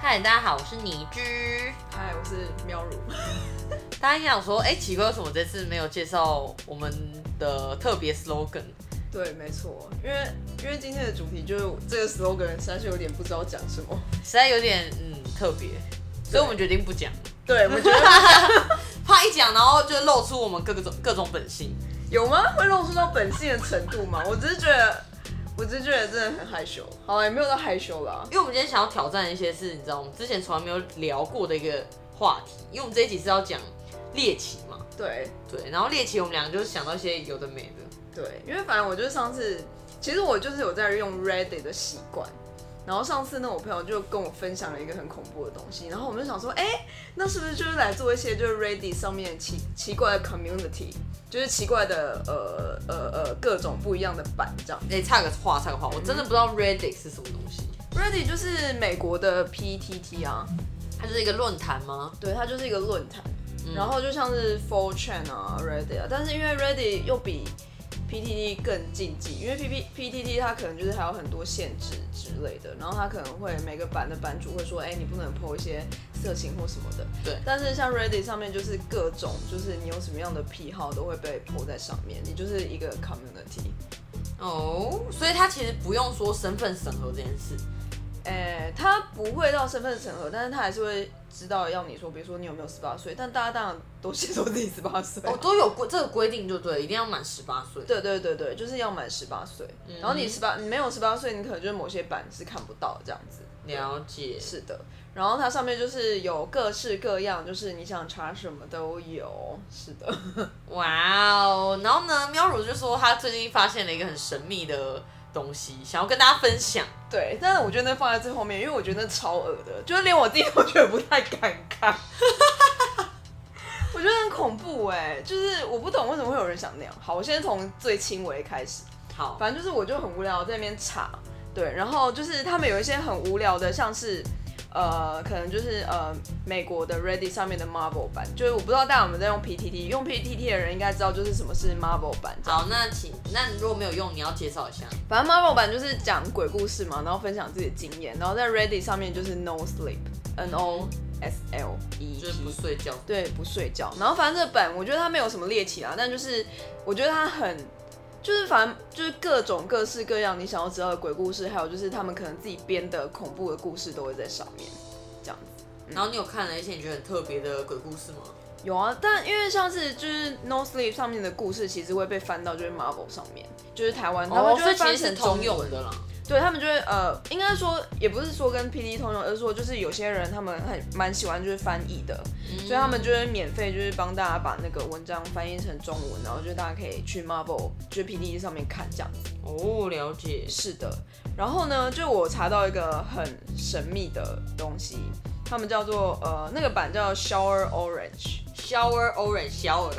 嗨，大家好，我是倪居。嗨，我是喵如。大家应该想说，哎、奇怪，为什么这次没有介绍我们的特别 slogan？ 对，没错，因为因为今天的主题就是这个 slogan，实在是有点不知道讲什么。实在有点嗯特别，所以我们决定不讲，对，我觉得怕一讲然后就露出我们各种各种本性。有吗？会露出到本性的程度吗？我只是觉得，我只是觉得真的很害羞。好了，也没有到害羞啦。因为我们今天想要挑战一些是，你知道我们之前从来没有聊过的一个话题，因为我们这一集是要讲猎奇嘛，对对，然后猎奇我们两个就是想到一些有的没的，对，因为反正我就是上次，其实我就是有在用 Reddit 的习惯。然后上次呢，我朋友就跟我分享了一个很恐怖的东西，然后我们就想说，哎、那是不是就是来做一些就是 Reddit 上面奇奇怪的 community，就是奇怪的呃呃呃各种不一样的版这样哎、插个话插个话，我真的不知道 Reddit 是什么东西， Reddit 就是美国的 PTT 啊，它就是一个论坛吗？嗯对，它就是一个论坛，然后就像是 Four Chan 啊、Reddit 啊，但是因为 Reddit 又比 PTT 更禁忌，因为 P P PTT 它可能就是还有很多限制之类的，然后它可能会每个版的版主会说，哎、你不能 po 一些色情或什么的。对但是像 Reddit 上面就是各种，就是你有什么样的癖好都会被 po 在上面，你就是一个 community。哦，所以它其实不用说身份审核这件事，诶、他呃不会到身份审核，但是他还是会知道要你说，比如说你有没有十八岁，但大家当然都先说自己十八岁。哦，都有规这个规定就对，一定要满十八岁。对对对对，就是要满十八岁，然后你十八，你没有十八岁，你可能就是某些版是看不到这样子。了解，是的，然后它上面就是有各式各样，就是你想查什么都有。是的， 哇哦！然后呢，喵乳就说她最近发现了一个很神秘的东西，想要跟大家分享。对，但是我觉得那放在最后面，因为我觉得那超恶的，就是连我自己都觉得不太敢看。 我觉得很恐怖哎、就是我不懂为什么会有人想那样。好，我先从最轻微开始，好，反正就是我就很无聊在那边查，对，然后就是他们有一些很无聊的，像是呃，可能就是呃美国的 Ready 上面的 Marvel 版，就是我不知道大家有没有在用 PTT，用 PTT 的人应该知道就是什么是 Marvel 版这样。好，那请那如果没有用，你要介绍一下。反正 Marvel 版就是讲鬼故事嘛，然后分享自己的经验，然后在 Ready 上面就是 No Sleep，N O S L E 就是不 P。睡觉。对，不睡觉。然后反正这本我觉得它没有什么猎奇啊，但就是我觉得它很，就是反正就是各种各式各样你想要知道的鬼故事，还有就是他们可能自己编的恐怖的故事都会在上面。然后你有看了一些你觉得很特别的鬼故事吗？有啊，但因为像是就是 No Sleep 上面的故事，其实会被翻到就是 Marvel 上面，就是台湾，他们就哦所会以其翻实是成通中用的啦。对他们就会呃，应该说也不是说跟 PD 通用，而是说就是有些人他们很蛮喜欢就是翻译的，嗯所以他们就会免费就是帮大家把那个文章翻译成中文，然后就大家可以去 Marvel 就是 PD 上面看这样子。哦，了解。是的，然后呢，就我查到一个很神秘的东西，他们叫做呃那个版叫 Shower Orange。 Shower orange shower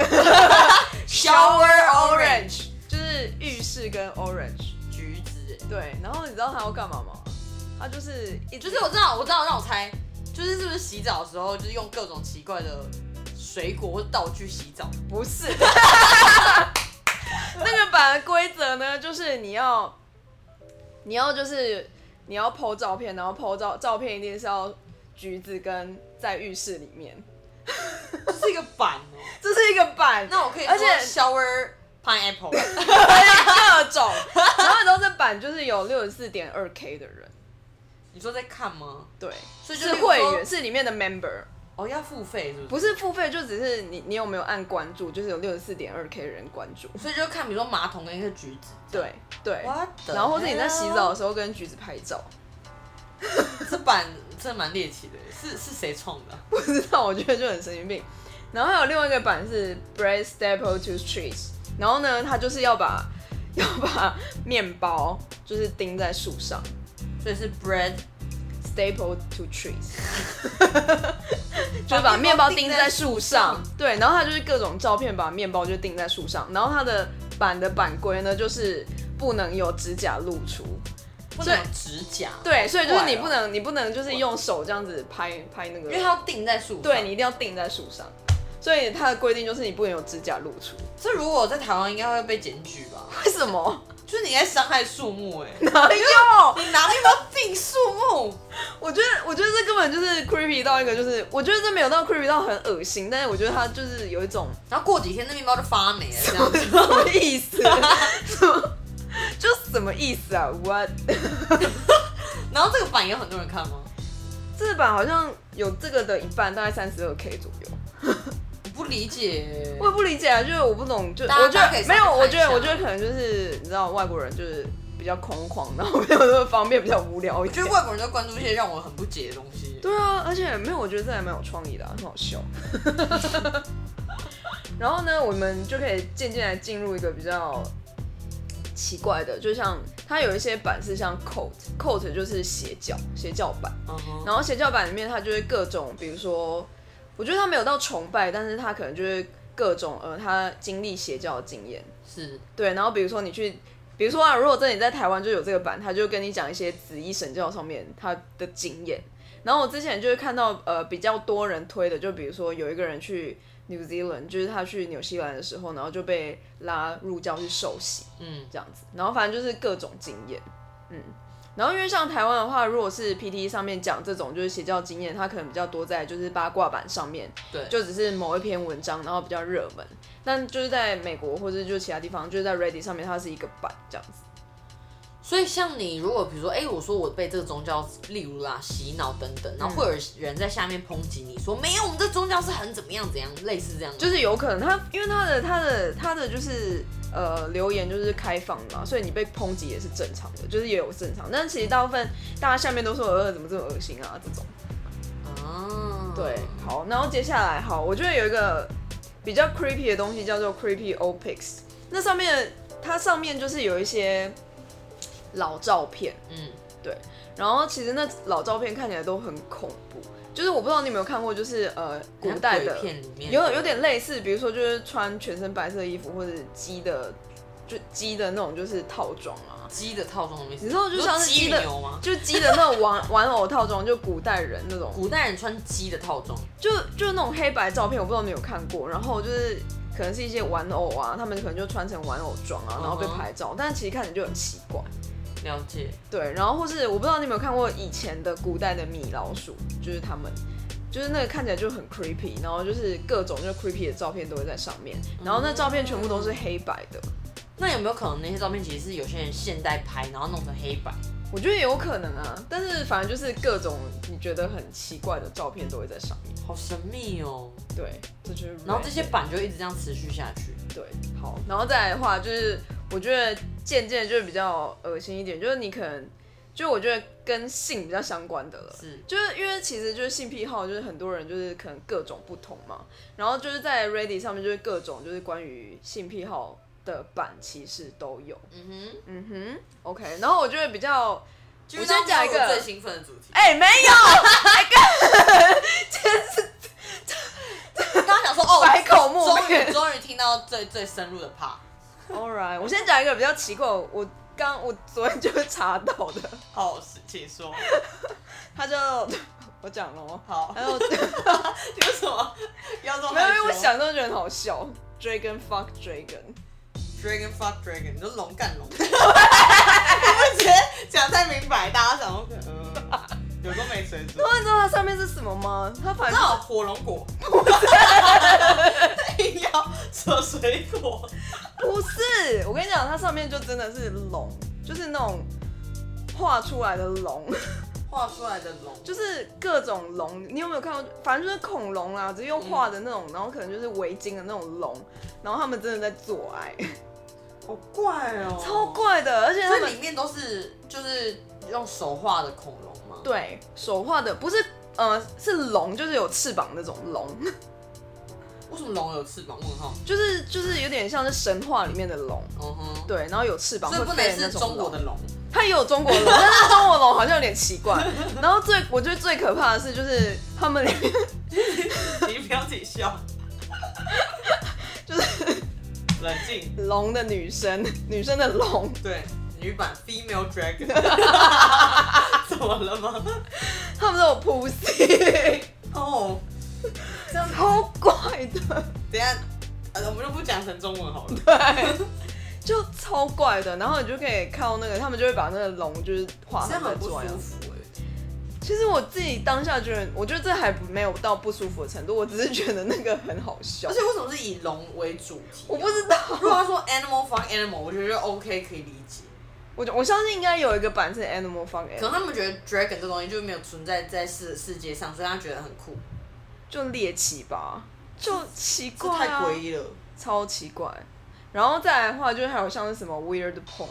Shower Orange 就是浴室跟 Orange。橘子，哎对，然后你知道他要干嘛吗？他就是一就直是我知道，我知道，让我猜，就是是不是洗澡的时候就是用各种奇怪的水果或道具洗澡？不是。 那个版的规则呢，就是你要，你要就是你要 PO 照片，然后 PO 照照片一定是要橘子跟在浴室里面，这是一个板哦。这是一个版， 那我可以而而且且 shower pineapple 各种，然后你知道这版就是有六十四点二 K 的人，你说在看吗？对，所以就是会员，是里面的 member，哦，要付费是不是？不是付费，就只是你你有没有按关注，就是有六十四点二 K 的人关注，所以就看比如说马桶跟一个橘子，对对 What，the 然后或者你 hell？在洗澡的时候跟橘子拍照。这版真的蛮猎奇的，欸是是谁创的啊？不知道，我觉得就很神经病。然后还有另外一个版是 Bread Staple to Trees，然后呢，它就是要把 要把面包就是钉在树上所以是 bread， ，Staple to Trees，就是 把面包钉在树上。对，然后它就是各种照片把面包就钉在树上，然后它的版的版规呢就是不能有指甲露出。不能有指甲，对，所以就是你怪哦不能，你不能就是用手这样子拍拍那个，因为它要钉在树上。对你一定要钉在树上，所以它的规定就是你不能有指甲露出。这如果在台湾应该会被检举吧？为什么？ 就是你在伤害树木、哎，哪有？你拿面包钉树木，我觉得，我觉得这根本就是 creepy 到一个，就是我觉得这没有到 creepy 到很恶心，但是我觉得它就是有一 种然后过几天那面包就发 霉了，这样什么意思， 什么就什么意思啊？What？ 然后这个版有很多人看吗？这版好像有这个的一半，大概三十二 K 左右。我不理解，我也不理解啊，就是我不懂，就大家我觉大家可以得上没有，去看我一觉得下我觉得可能就是你知道外国人就是比较空旷，然后没有那么方便，比较无聊一就点是。外国人都关注一些让我很不解的东西。对啊，而且没有，我觉得这还蛮有创意的、啊，很好笑。 然后呢，我们就可以渐渐来进入一个比较奇怪的，就像它有一些版是像 coat，coat 就是斜角斜角版，嗯哼，然后邪教版里面，它就会各种，比如说，我觉得他没有到崇拜，但是他可能就会各种呃，他经历邪教的经验。是对，然后比如说你去，比如说啊，如果真的你在台湾就有这个版，他就跟你讲一些紫衣神教上面他的经验。然后我之前就是看到呃比较多人推的，就比如说有一个人去 New Zealand，就是他去纽西兰的时候，然后就被拉入教去受洗，嗯这样子，然后反正就是各种经验，嗯，然后因为像台湾的话，如果是 PT 上面讲这种就是邪教经验，它可能比较多在就是八卦版上面，对就只是某一篇文章，然后比较热门，但就是在美国或者就其他地方，就是在 Ready 上面它是一个版这样子，所以像你如果比如说，哎、我说我被这个宗教，例如啦洗脑等等，然后会有人在下面抨击你说、没有，我们这宗教是很怎么样怎样，类似这样的，就是有可能它因为它的它的它的就是呃留言就是开放的嘛，所以你被抨击也是正常的，就是也有正常，但其实大部分大家下面都说呃怎么这么恶心啊这种。啊，对，好，然后接下来好，我觉得有一个比较 creepy 的东西叫做 creepy opics，那上面它上面就是有一些老照片，嗯，然后其实那老照片看起来都很恐怖，就是我不知道你有没有看过，就是呃古代像鬼的，片里面有有点类似，比如说就是穿全身白色衣服或者鸡的，就鸡的那种就是套装啊，鸡的套装的意思，你知道就像是鸡鸡的牛吗？就鸡的那种玩玩偶套装，就古代人那种。古代人穿鸡的套装，就就那种黑白照片，我不知道你有看过，然后就是可能是一些玩偶啊，他们可能就穿成玩偶装啊，然后被嗯哼拍照，但其实看起来就很奇怪。了解，对，然后或是我不知道你有没有看过以前的古代的米老鼠，就是他们。就是那个看起来就很 creepy，然后就是各种就 creepy 的照片都会在上面，嗯然后那照片全部都是黑白的，那有没有可能那些照片其实是有些人现代拍，然后弄成黑白？我觉得也有可能啊，但是反正就是各种你觉得很奇怪的照片都会在上面，好神秘哦。对，这就是 Reddit。然后这些版就一直这样持续下去。对，好，然后再来的话就是，我觉得渐渐就是比较恶心一点，就是你可能，就我觉得跟性比较相关的了。是，就是因为其实就是性癖好，就是很多人就是可能各种不同嘛，然后就是在 Ready 上面就是各种就是关于性癖好的版其实都有，嗯哼。嗯哼，OK，然后我觉得比较，我我先讲一个最兴奋的主题。哎、没有 刚刚想说哦，百口莫终于辩终于听到最最深入的 part。 ，All right，我先讲一个比较奇怪，我刚我昨天就是查到的，好，请说。他就我讲了吗？好，还有。有什么？要说没有，因为我想到就觉得很好笑。Dragon fuck dragon， dragon fuck dragon，你说龙干 龙。我不觉得讲太明白，大家想说，嗯，有个没水准。那你知道它上面是什么吗？它反知正道火龙果，硬要扯水果，不是，我跟你讲，它上面就真的是龙，就是那种画出来的龙， 画出来的龙，就是各种龙。你有没有看过？反正就是恐龙啊啦，只是用画的那种，然后可能就是围巾的那种龙，然后他们真的在做爱，好怪哦、超。怪的，而且他这们里面都是就是用手画的恐龙吗？对手画的不是。呃，是龙，就是有翅膀那种龙， 为什么龙有翅膀？问号。就是就是有点像是神话里面的龙，嗯哼。对，然后有翅膀所以会不飞能那是种中龙国的龙，它也有中国龙，但是中国龙好像有点奇怪。然后最我觉得最可怕的是，就是他们里面你不要自己笑。就是冷静，龙的女生，女生的龙，对，女版 female dragon，怎么了吗？他们都有 pussy， 哦、这样超怪的，等一下，呃，我们就不讲成中文好了。对，就超怪的。然后你就可以看到那个，他们就会把那个龙就是画这样成在很不做舒样子，服哎、其实我自己当下觉得，我觉得这还不没有到不舒服的程度，我只是觉得那个很好笑而。且为什么是以龙为主题？啊我不知道，如果他说 animal fun animal，我觉得 OK 可以理解。我我相信应该有一个版是 Animal Fun a 可能他们觉得 dragon 这东西就没有存在在世世界上，所以他觉得很酷，就猎奇吧，就奇这怪、太啊，诡异了。超奇怪。然后再来的话，就是还有像是什么 Weird Porn，、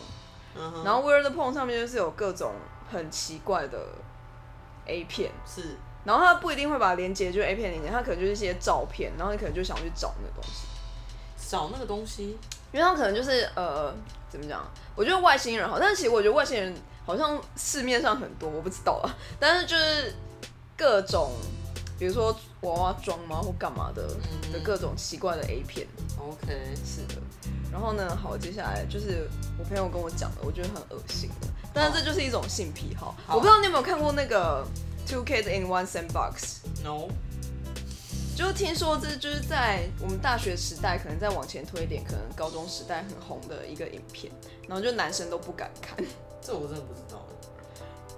嗯哼，然后 Weird Porn 上面就是有各种很奇怪的 A 片，是然后它不一定会把连接就是 A 片连接，它可能就是一些照片，然后你可能就想去找那东西，找那个东西，因为它可能就是呃怎么讲？我觉得外星人好，但是其实我觉得外星人好像市面上很多，我不知道啊，但是就是各种。比如说娃娃装吗，或干嘛的嗯的各种奇怪的 A 片， OK，是的。然后呢，好，接下来就是我朋友跟我讲的，我觉得很恶心的，但是这就是一种性癖好。好我不知道你有没有看过那个 Two Kids in One Sandbox， no，就听说这就是在我们大学时代，可能再往前推一点，可能高中时代很红的一个影片，然后就男生都不敢看。 这我真的不知道。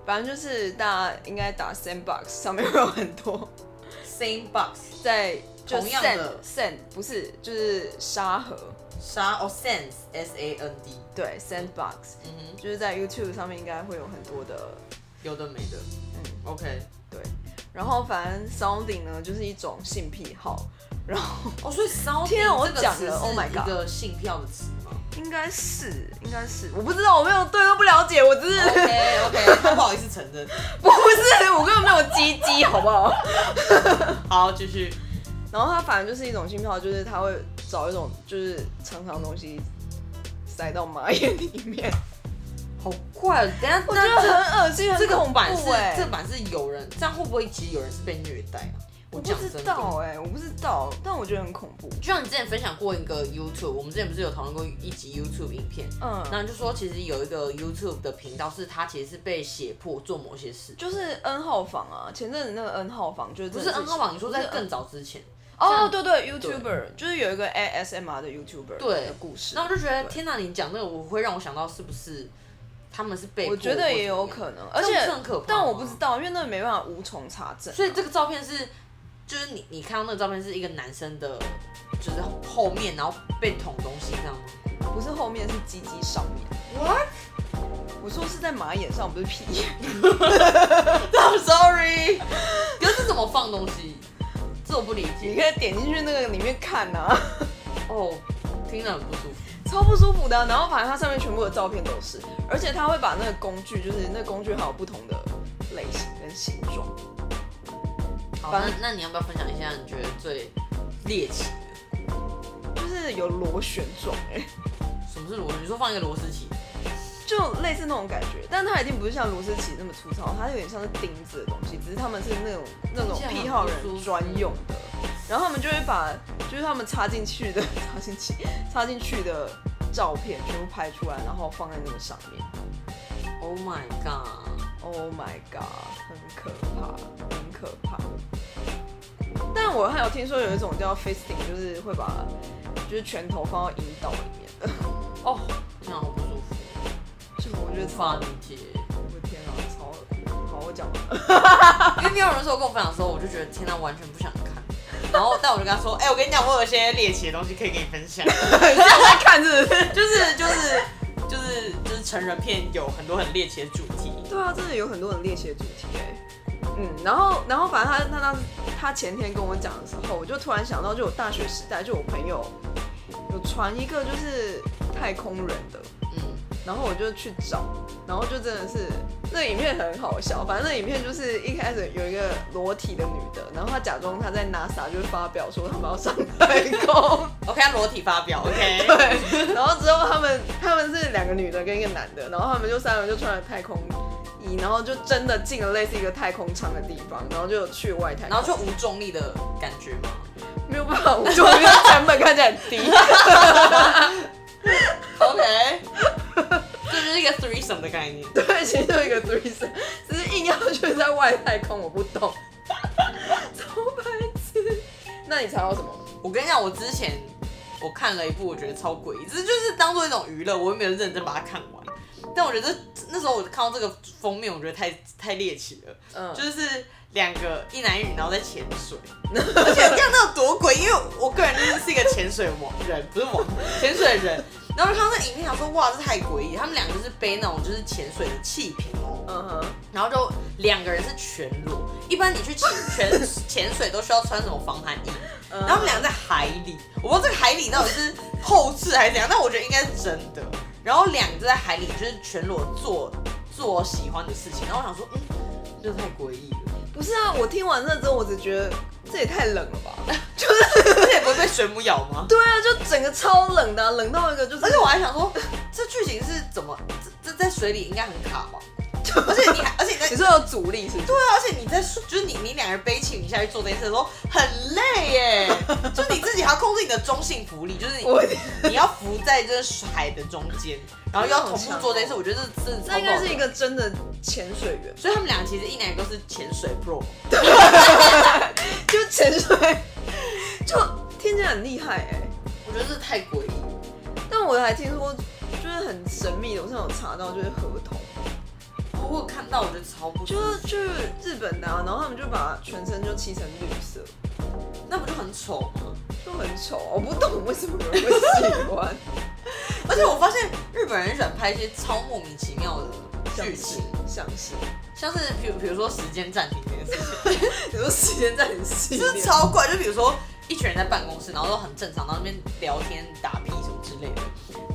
反正就是大家应该打 Sandbox 上面会有很多 Same box 在就同样的 sand sand 不是就是沙盒沙哦 sense S A N D，对 Sandbox，嗯哼，就是在 YouTube 上面应该会有很多的有的没的，嗯嗯，OK。对，然后反正 sounding 呢就是一种性癖好，然后哦，所以骚天啊我这个讲词了是，Oh my god 一个性票的词 吗应该是应该是我不知道，我没有对都不了解，我只是、 ？OK OK，他不好意思承认。 不是我根本没有鸡鸡，好不好？好，继续。然后它反正就是一种性癖好，就是他会找一种就是长长的东西塞到马眼里 面，好怪，等下我觉得这很恶心，这个很恐怖版是哎、这版是有人，这样会不会其实有人是被虐待啊？我不讲知真的，道哎、我不知道，但我觉得很恐怖，就像你之前分享过一个 YouTube，我们之前不是有讨论过一集 YouTube 影片，嗯。然后你就说其实有一个 YouTube 的频道是他其实是被胁迫做某些事，就是 N 号房啊，前阵子那个 N 号房就是不不是 N 号网，你说在是 N 更早之前，哦，对对，YouTuber 就是有一个 ASMR 的 YouTuber 对的故事，那我就觉得对天哪，你讲那个我会让我想到是不是他们是被迫我觉得也有能，可能，这而样且不是很可怕吗但我不知道，因为那个没办法无从查证，啊所以这个照片是就是你你看到那个照片是一个男生的，就是后面然后被捅东西这样吗不是后面是鸡鸡上面。 ？What？我说是在马眼上，不是屁眼。 I'm sorry，可是这怎么放东西？这我不理你解。可以点进去那个里面看啊，哦，听着很不舒服。超不舒服的啊、然后反正它上面全部的照片都是，而且它会把那个工具，就是那个工具还有不同的类型跟形状。好，反那那你要不要分享一下你觉得最猎奇的？就是有螺旋状哎、什么是螺？你说放一个螺丝起？就类似那种感觉，但它一定不是像螺丝起那么粗糙，它有点像是钉子的东西，只是他们是那种那种癖好人专用的，然后他们就会把就是他们插进去的插进去插进去的照片全部拍出来，然后放在那个上面。 Oh my god！ Oh my god，很可怕，很可怕。但我还有听说有一种叫 fisting，就是会把就是拳头放到阴道里面的， 哦，天啊，好不舒服，就我觉得无超法理解。我的天啊，超好，我讲完了。因为没有人说跟我分享的时候，我就觉得天哪，完全不想看。然后，但我就跟他说，哎、我跟你讲，我有一些猎奇的东西可以跟你分享，你有在看是不是？就是就是就是就是成人片有很多很猎奇的主题。 对啊，真的有很多人猎奇的主题哎、嗯，然后然后反正他他当他前天跟我讲的时候，我就突然想到，就我大学时代，就我朋友有传一个就是太空人的，嗯，然后我就去找，然后就真的是那个影片很好笑，反正那个影片就是一开始有一个裸体的女的，然后她假装她在 NASA 就是发表说他们要上太空， OK，他裸体发表，OK，对，然后之后他们他们是两个女的跟一个男的，然后他们就三个人就穿了太空衣，然后就真的进了类似一个太空舱的地方，然后就去外太空，然后就无重力的感觉嘛。没有办法，我就因为成本看起来很低， OK，这就是一个 threesome 的概念。对，其实就一个 threesome，只是硬要去在外太空，我不懂，超白痴。那你猜到什么？我跟你讲，我之前我看了一部，我觉得超诡异，这就是当做一种娱乐，我也没有认真把它看完。但我觉得这那时候我看到这个封面，我觉得太太猎奇了，嗯，就是两个一男一女，然后在潜 水，而且你看那有多鬼，因为我个人就是是一个潜水王 人，不是王，潜水人。然后我看到那影片，想说哇，这太诡异。他们两个就是背那种就是潜水的气瓶哦，嗯哼，然后就两个人是全裸。一般你去潜全潜水都需要穿什么防寒衣，嗯然后他们俩在海里，我不知道这个海里到底是后置还是怎样，但我觉得应该是真的。然后两个就在海里就是全裸做做喜欢的事情，然后我想说，嗯，这太诡异了。不是啊，我听完这之后，我只觉得这也太冷了吧？ 而且不会被水母咬吗？对啊，就整个超冷的啊、冷到一个就是，而且我还想说，这剧情是怎么这这在水里应该很卡吧？而且你还，而且你在你说有阻力是不是？对啊，而且你在就是你你两个人背起你下去做这件事的时候很累耶，就你自己还要控制你的中性浮力，就是我你你要浮在这海的中间，然后又要同步做这件事，我觉得这真的那超应不该好是一的。个真的潜水员，所以他们俩其实一男一女都是潜水 pro，就潜水， 就听起来很厉害哎、我觉得这太诡异了。但我还听说，就是很神秘的，我上有查到就是合同，我有看到我觉得超不舒就服，是就是日本的、啊，然后他们就把全身就漆成绿色，那不就很丑吗？就很丑啊、我不懂为什么有人会喜 欢。而且我发现日本人很喜欢拍一些超莫名其妙的剧情，像是，像是比如比如说时间暂停这件 事情，你说时间在很细，就是超怪。就比如说一群人在办公室，然后都很正常，然后那边聊天、打屁什么之类的，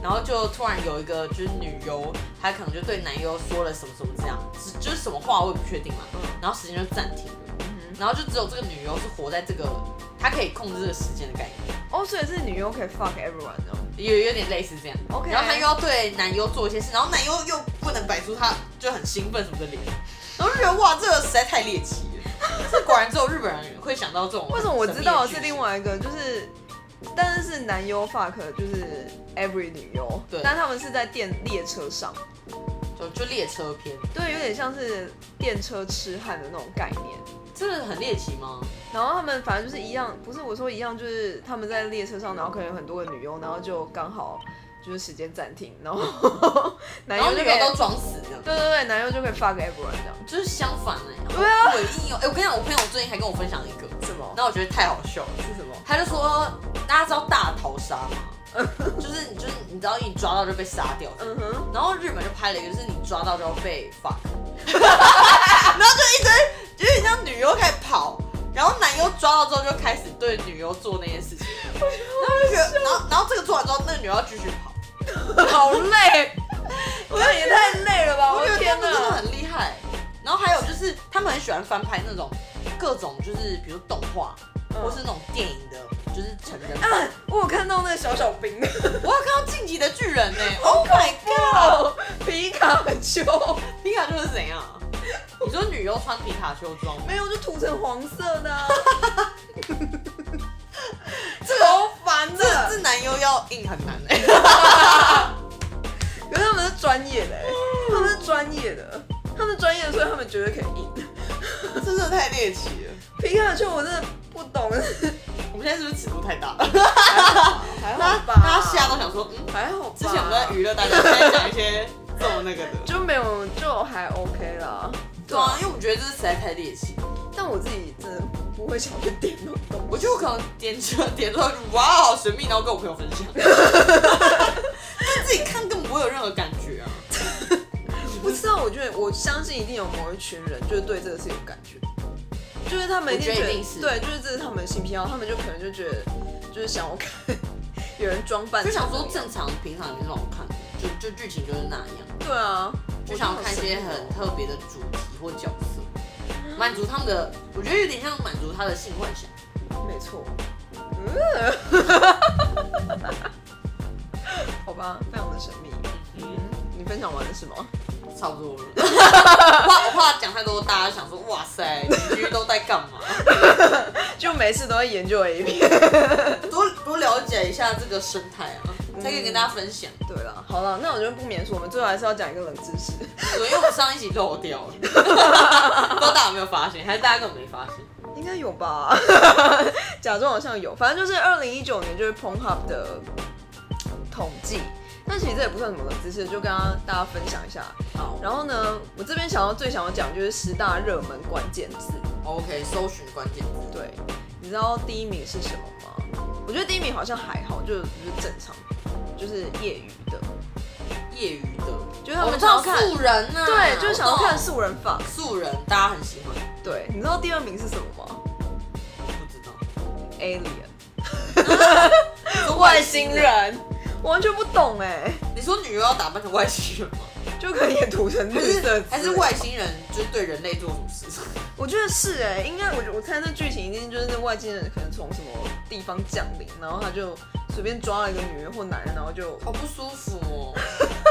然后就突然有一个就是女优，她可能就对男优说了什么什么这样，只就是什么话我也不确定嘛，然后时间就暂停了，嗯然后就只有这个女优是活在这个，她可以控制这个时间的概念。哦，所以是女优可以 fuck everyone 哦。有有点类似这样 OK 然后他又要对男优做一些事，然后男优又不能摆出他就很兴奋什么的脸，然后就觉得哇，这个实在太猎奇了，这果然只有日本人会想到这种。为什么我知道的是另？外一个，就是，但是是男优 fuck 就是 every 女优，对但他们是在电列车上，就就列车篇，对，有点像是电车痴汉的那种概念。这个很猎奇吗？然后他们反正就是一样，不是我说一样，就是他们在列车上，然后可能有很多个女优，然后就刚好就是时间暂停， 然后男然后优女就优可以，都装死这样。对对对，男优就可以 fuck everyone 这样，就是相反哎、对啊，诡异哦！哎、我跟你讲，我朋友最近还跟我分享一个，什么？那我觉得太好笑了。是什么？他就说，大家知道大逃杀吗？就是就是你知道一抓到就被杀掉，嗯哼，然后日本就拍了一个，就是你抓到就要被 fuck，然后就一直有点像女优开始跑，然后男优抓到之后就开始对女优做那件事情，然后就觉得，然后然后这个做完之后，那个女优要继续跑，好累，我那也太累了吧！我我觉的得他天们真的哪！很厉害。然后还有就是他们很喜欢翻拍那种各种就是比如动画、嗯或是那种电影的，就是成人版。啊，我有看到那个小小兵，我有看到《晋级的巨人》呢，Oh my god！哦，皮卡丘，皮卡丘是怎样啊？你说女优穿皮卡丘装吗？没有就涂成黄色的啊， 这个好烦这的。这男优要硬很难哎、可是他们是专业的、哦欸，他们是专业的，他们专业的，所以他们绝对可以赢。这 真的太猎奇了。皮卡丘我真的不 懂，我们现在是不是尺度太大了？还 大好家吧？大家吓到想说，嗯，还好吧？之前我们在娱乐大家，现在讲一些这么那个 的。就没有，就还 OK 啦。对啊，因为我们觉得这是实在太猎奇。但我自己真的不会想去点那种东西。我觉得我可能点车点到哇，哦好神秘，然后跟我朋友分 享。但自己看根本不会有任何感 觉啊。不知道，我觉得我相信一定有某一群人就是对这个是有感觉，就是他们一定我觉觉得得一定是对，就是这是他们的性癖好，他们就可能就觉得就是想要看 有人装扮，就想说正常平常也是那种看的，就就剧情就是那样，对啊，就想要看一些很特别的主题或角色，满足他们的，我觉得有点像满足他的性幻想。没错，嗯， 好吧，非常的神秘。嗯，你分享完了是吗？差不多了。 话我话讲太多，大家想说哇塞，邻居都在干嘛？ 就每次都会研究 A 片。多多了解一下这个生态啊，才可以跟大家分享。对了，好了，那我就不免说，我们最后还是要讲一个冷知识。对，因为我们上一集漏掉了，不知道大家有没有发现，还是大家根本没发现。应该有吧， 假装好像有，反正就是二零一九年就是 Pornhub 的统计，但其实这也不算什么冷知识，就跟大家分享一下。好然后呢，我这边想要最想要讲就是十大热门关键字。 ，OK，搜寻关键字。对，你知道第一名是什么吗？我觉得第一名好像还好，就就是正常，就是业余的，业余的，就是他我们知道想要看素人呐、啊，对，就是想要看我素人放。懂素人，大家很喜欢。对，你知道第二名是什么吗不知道， ？Alien，是外星。人，我完全不懂哎，你说女优要打扮成外星 人吗？就可能也涂成还绿是色之类的，还是外星人就是对人类做什么事？我觉得是哎、应该我觉我猜那剧情一定就是那外星人可能从什么地方降临，然后他就随便抓了一个女人或男人，然后就，好不舒服哦。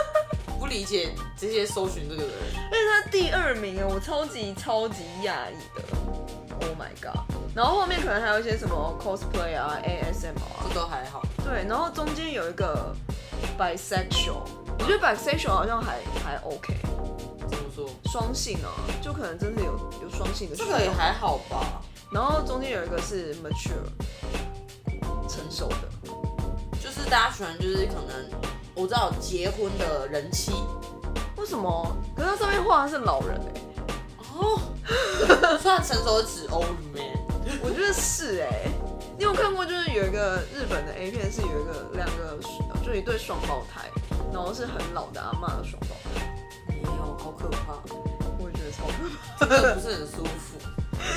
不理解这些搜寻这个的人，而且他第二名哦，我超级超级讶异的，Oh my god！然后后面可能还有一些什么 cosplay 啊、ASMR 啊这，都还好。对，然后中间有一个 bisexual，我觉得 bisexual 好像还还 OK，怎么说？双性啊，就可能真的有有双性的需这求，个也还好吧，然后中间有一个是 mature，成熟的。就是大家喜欢，就是可能我知道结婚的人妻为什么？可是它上面画的是老人哎、哦， 虽然成熟的指欧里面，我觉得是哎、你有看过就是有一个日本的 A 片是有一个两个就一对双胞胎，然后是很老的阿嬷的双胞胎，没有，好可怕，我觉得超可怕。真的不是很舒服。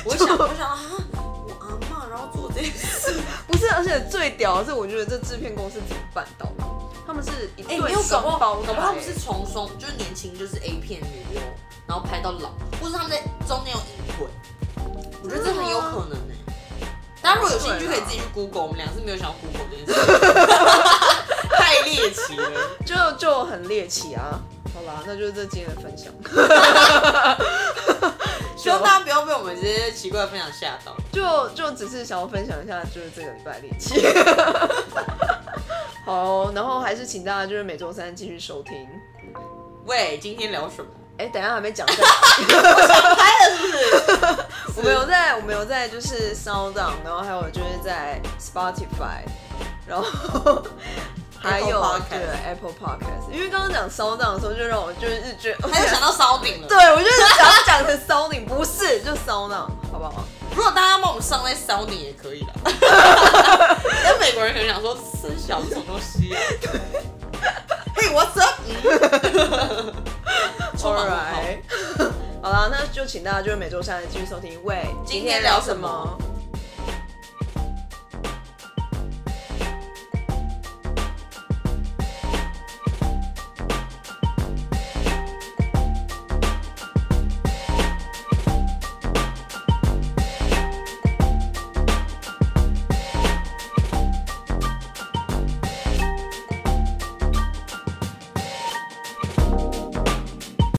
我想，我想啊，我阿嬷然后做这件事，不是，而且最屌的是，我觉得这制片公司怎么办到的？他们是一哎、对没有搞双不好，胞胎、搞不好他们是重双，就是年轻就是 A 片女优，然后拍到老，或者他们在中间有隐混，我觉得这很有可能呢、大家如果有兴趣，可以自己去啊 Google，我们俩是没有想要 Google 这件事， 太猎奇了。就就很猎奇啊。好啦，那就是这今天的分享。希望大家不要被我们这些奇怪的分享吓到。就就只是想要分享一下，就是这个礼拜的练 习。好哦、然后还是请大家就是每周三继续收听。喂，今天聊什么？哎、等一下还没讲在哪 里拍了是不是？ 我们有在，我们有在就是 Sound On，然后还有就是在 Spotify，然后还有 Podcast 对 Apple Podcast。因为刚刚讲 Sound On 的时候，就让我就是一直觉得，还有想到烧饼了。对，我就是想要讲成 Sound On，不是就 Sound On，好不好？如果大家帮我们上在烧饼也可以 的。那美国人可能想说，吃小这种东西啊。嘿，what's up？充满问号 Alright，好啦，那就请大家就是每周三继续收听。喂，今天聊什么？